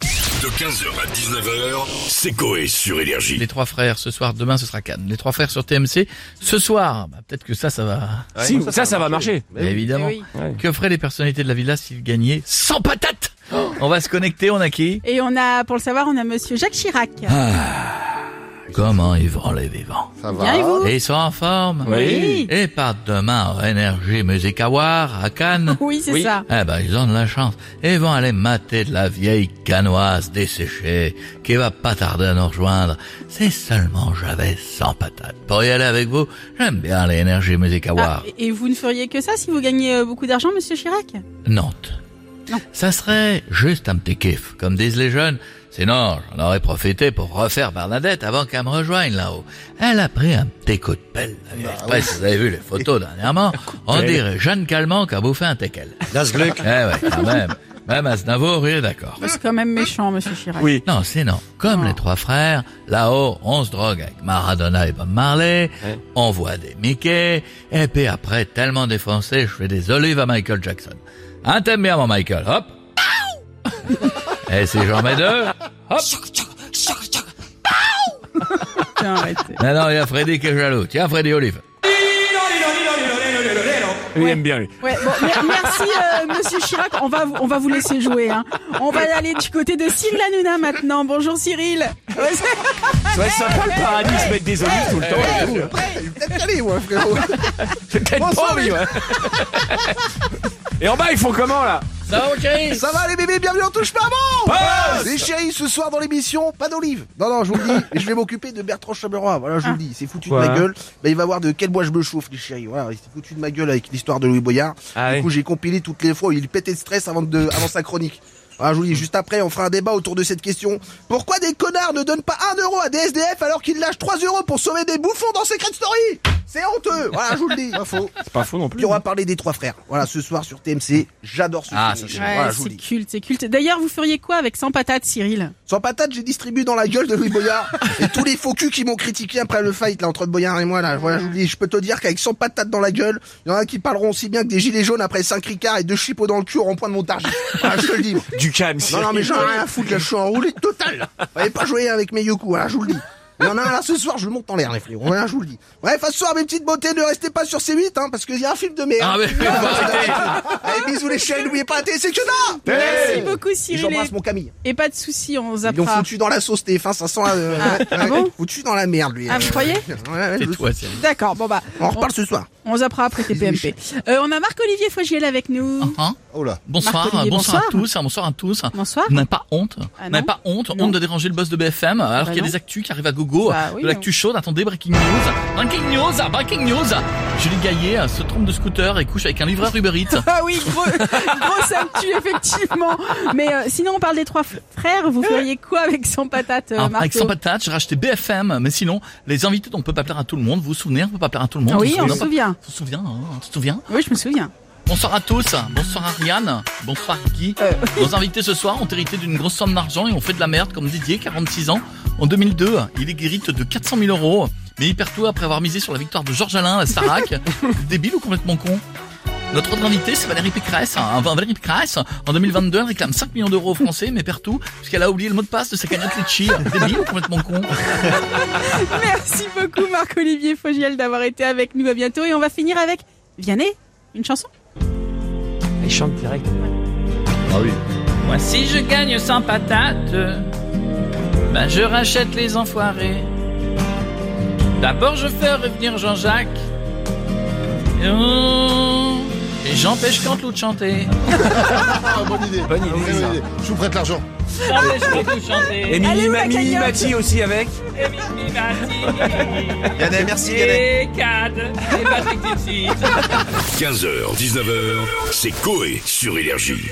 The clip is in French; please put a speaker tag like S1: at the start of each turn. S1: De 15h à 19h, c'est Coé sur Énergie.
S2: Les trois frères ce soir, demain ce sera Cannes. Les trois frères sur TMC ce soir. Bah, Peut-être que ça, ça va.
S3: si, Ah, ça, ça, va marcher.
S2: évidemment.
S4: Eh
S2: Que feraient les personnalités de la villa s'ils gagnaient sans patate On va se connecter, on a qui
S4: Et on a, pour le savoir, on a monsieur Jacques Chirac.
S2: Comment ils vont les vivants
S5: Ça
S4: Bien et vous
S2: Ils sont en forme
S3: Oui.
S2: Et partent demain au Energy Music Award à Cannes.
S4: Oui, c'est
S3: Oui.
S4: ça.
S2: Eh ben, ils ont de la chance. Et vont aller mater de la vieille canoise desséchée qui va pas tarder à nous rejoindre. C'est seulement j'avais sans patate. Pour y aller avec vous, j'aime bien les Energy Music Awards.
S4: Ah, et et vous ne feriez que ça si vous gagnez euh, beaucoup d'argent, monsieur Chirac
S2: Nantes.
S4: Non.
S2: Ça serait juste un petit kiff, comme disent les jeunes. Sinon, j'en aurais profité pour refaire Bernadette avant qu'elle me rejoigne là-haut. Elle a pris un petit coup de pelle. la vieille presse. vous avez vu les photos dernièrement. On dirait Jeanne Calment qui a bouffé un teckel. Eh ouais, quand même. Même Aznavour, il est d'accord.
S4: C'est quand même méchant, monsieur Chirac.
S3: Oui.
S2: Non, c'est non. Comme les trois frères, là-haut, on se drogue avec Maradona et Bob Marley,
S3: Ouais.
S2: on voit des Mickey, et puis après, tellement défoncé, je fais des olives à Michael Jackson. Un thème bien, mon Michael, hop Et si j'en mets deux Hop
S4: Tiens, arrêtez.
S2: Non, non, il y a Freddy qui est jaloux. Tiens, Freddy Olive.
S3: Lui, il aime bien, lui.
S4: Ouais, bon, mer- merci, euh, monsieur Chirac. On va, vous- on va vous laisser jouer. hein. On va aller du côté de Cyril Hanouna maintenant. Bonjour, Cyril. Ouais, c'est-
S3: Ça va être sympa le paradis, se mettre des olives tout le temps.
S5: Allez, ouais, frérot.
S3: C'est peut-être pas lui, ouais. Et en bas, ils font comment, là
S5: Ça va les bébés, bienvenue, on touche pas bon Les chéris, ce soir dans l'émission, pas d'olive Non, non, je vous le dis, et je vais m'occuper de Bertrand Chameroy, voilà, je vous le dis, c'est foutu de
S3: Quoi
S5: ma gueule. Bah, il va voir de quel bois je me chauffe, les chéris, voilà, c'est foutu de ma gueule avec l'histoire de Louis Boyard.
S3: Ah
S5: du
S3: oui.
S5: coup, j'ai compilé toutes les fois où il pétait de stress avant, de, avant sa chronique. Voilà, je vous le dis, juste après, on fera un débat autour de cette question. Pourquoi des connards ne donnent pas 1 euro à des SDF alors qu'ils lâchent 3 euros pour sauver des bouffons dans Secret Story C'est honteux Voilà, je vous le dis, info.
S3: C'est pas faux non plus.
S5: Puis on va parler des trois frères. Voilà, ce soir sur TMC, j'adore ce
S2: Ah,
S5: film.
S2: ça, c'est
S4: Ouais,
S5: Voilà, je vous le
S4: c'est
S5: dis.
S4: culte, c'est culte. D'ailleurs, vous feriez quoi avec 100 patates, Cyril
S5: Sans patate, j'ai distribué dans la gueule de Louis Boyard. et tous les faux culs qui m'ont critiqué après le fight, là, entre Boyard et moi, là. Voilà, je vous dis, je peux te dire qu'avec 100 patates dans la gueule, il y en a qui parleront aussi bien que des gilets jaunes après 5 ricards et deux chipots dans le cul au rond-point de Montargis. Voilà, je te le dis. moi.
S3: Du calme,
S5: Non,
S3: Cyril.
S5: non, mais j'en ai rien à foutre, là, je suis enroulé total. Fallait pas jouer avec mes yoku, voilà, je vous le dis. Il y en a un là ce soir, je le monte en l'air, les frérots. Voilà, je vous le dis. Bref, à ce soir, mes petites beautés, ne restez pas sur C8, hein, parce qu'il y a un film de merde.
S2: Ah, mais-
S5: Allez, Eh, bisous les chiens, n'oubliez pas la télé, c'est que là
S4: Merci beaucoup,
S5: Et
S4: Cyril.
S5: j'embrasse
S4: Et,
S5: mon Camille.
S4: et pas de soucis, on
S5: Ils l'ont
S4: zappera.
S5: foutu dans la sauce, TF1, ça sent la... euh, ouais,
S4: ah
S5: ouais,
S4: bon
S5: foutu dans la merde, lui.
S4: Ah, vous croyez
S5: Ouais, ouais,
S2: C'est
S5: je-
S2: toi, Cyril.
S4: D'accord, bon bah,
S5: On en reparle ce soir.
S4: on zappera après tes PMP. Euh, on a Marc-Olivier Fogiel avec nous.
S2: Hein
S5: Oh là.
S2: Bonsoir,
S4: Marc-Olivier,
S2: bonsoir, à
S4: bonsoir.
S2: tous, hein, bonsoir à tous.
S4: Bonsoir.
S2: Vous n'avez pas honte
S4: Ah
S2: Vous n'avez
S4: non
S2: pas honte
S4: Non.
S2: Honte de déranger le boss de BFM alors
S4: Bah
S2: qu'il y a
S4: non.
S2: des actus qui arrivent à gogo.
S4: Bah oui,
S2: de l'actu chaude, attendez, breaking news. Breaking news, breaking news. Julie Gaillet euh, se trompe de scooter et couche avec un livreur Uber Eats.
S4: Ah oui, gros, grosse actu, effectivement. Mais euh, sinon, on parle des trois frères. Vous feriez quoi avec 100 patates, euh,
S2: Ah,
S4: Marco
S2: avec sans patate, j'ai racheté BFM, mais sinon, les invités, on peut pas plaire à tout le monde. Vous vous souvenez, on peut pas plaire à tout le monde.
S4: Ah Oui,
S2: on
S4: on
S2: se
S4: se souvient.
S2: souvient, hein, on se souvient.
S4: Oui, je me souviens.
S2: Bonsoir à tous, bonsoir Ariane, bonsoir Guy.
S4: Euh.
S2: Nos invités ce soir ont hérité d'une grosse somme d'argent et ont fait de la merde comme Didier, 46 ans. En 2002, il est guéri de 400 000 euros, mais il perd tout après avoir misé sur la victoire de Georges Alain à Starac. Débile ou complètement con notre autre invité, c'est Valérie Pécresse. Hein, Valérie Pécresse, en 2022, elle réclame 5 millions d'euros aux Français, mais perd tout, puisqu'elle a oublié le mot de passe de sa cagnotte Litchi. Débile ou complètement con
S4: Merci beaucoup, Marc-Olivier Fogiel, d'avoir été avec nous. À bientôt. Et on va finir avec Vianney, une chanson.
S3: Il chante direct.
S2: Moi, si je gagne sans patate, ben je rachète les enfoirés. D'abord, je fais revenir Jean-Jacques. Oh, Et j'empêche Canteloup de chanter.
S5: bonne idée.
S3: Bonne idée, Bonne ça. idée.
S5: Je vous prête l'argent.
S2: J'empêche Canteloup de chanter.
S3: Et
S4: Allez, où la
S3: Mimi Mimi
S4: cagnotte
S3: Mati aussi avec.
S5: Yannet, merci Yannet.
S2: Et Cad. Et Patrick Timsit.
S1: 15h, 19h, c'est Coé sur Énergie.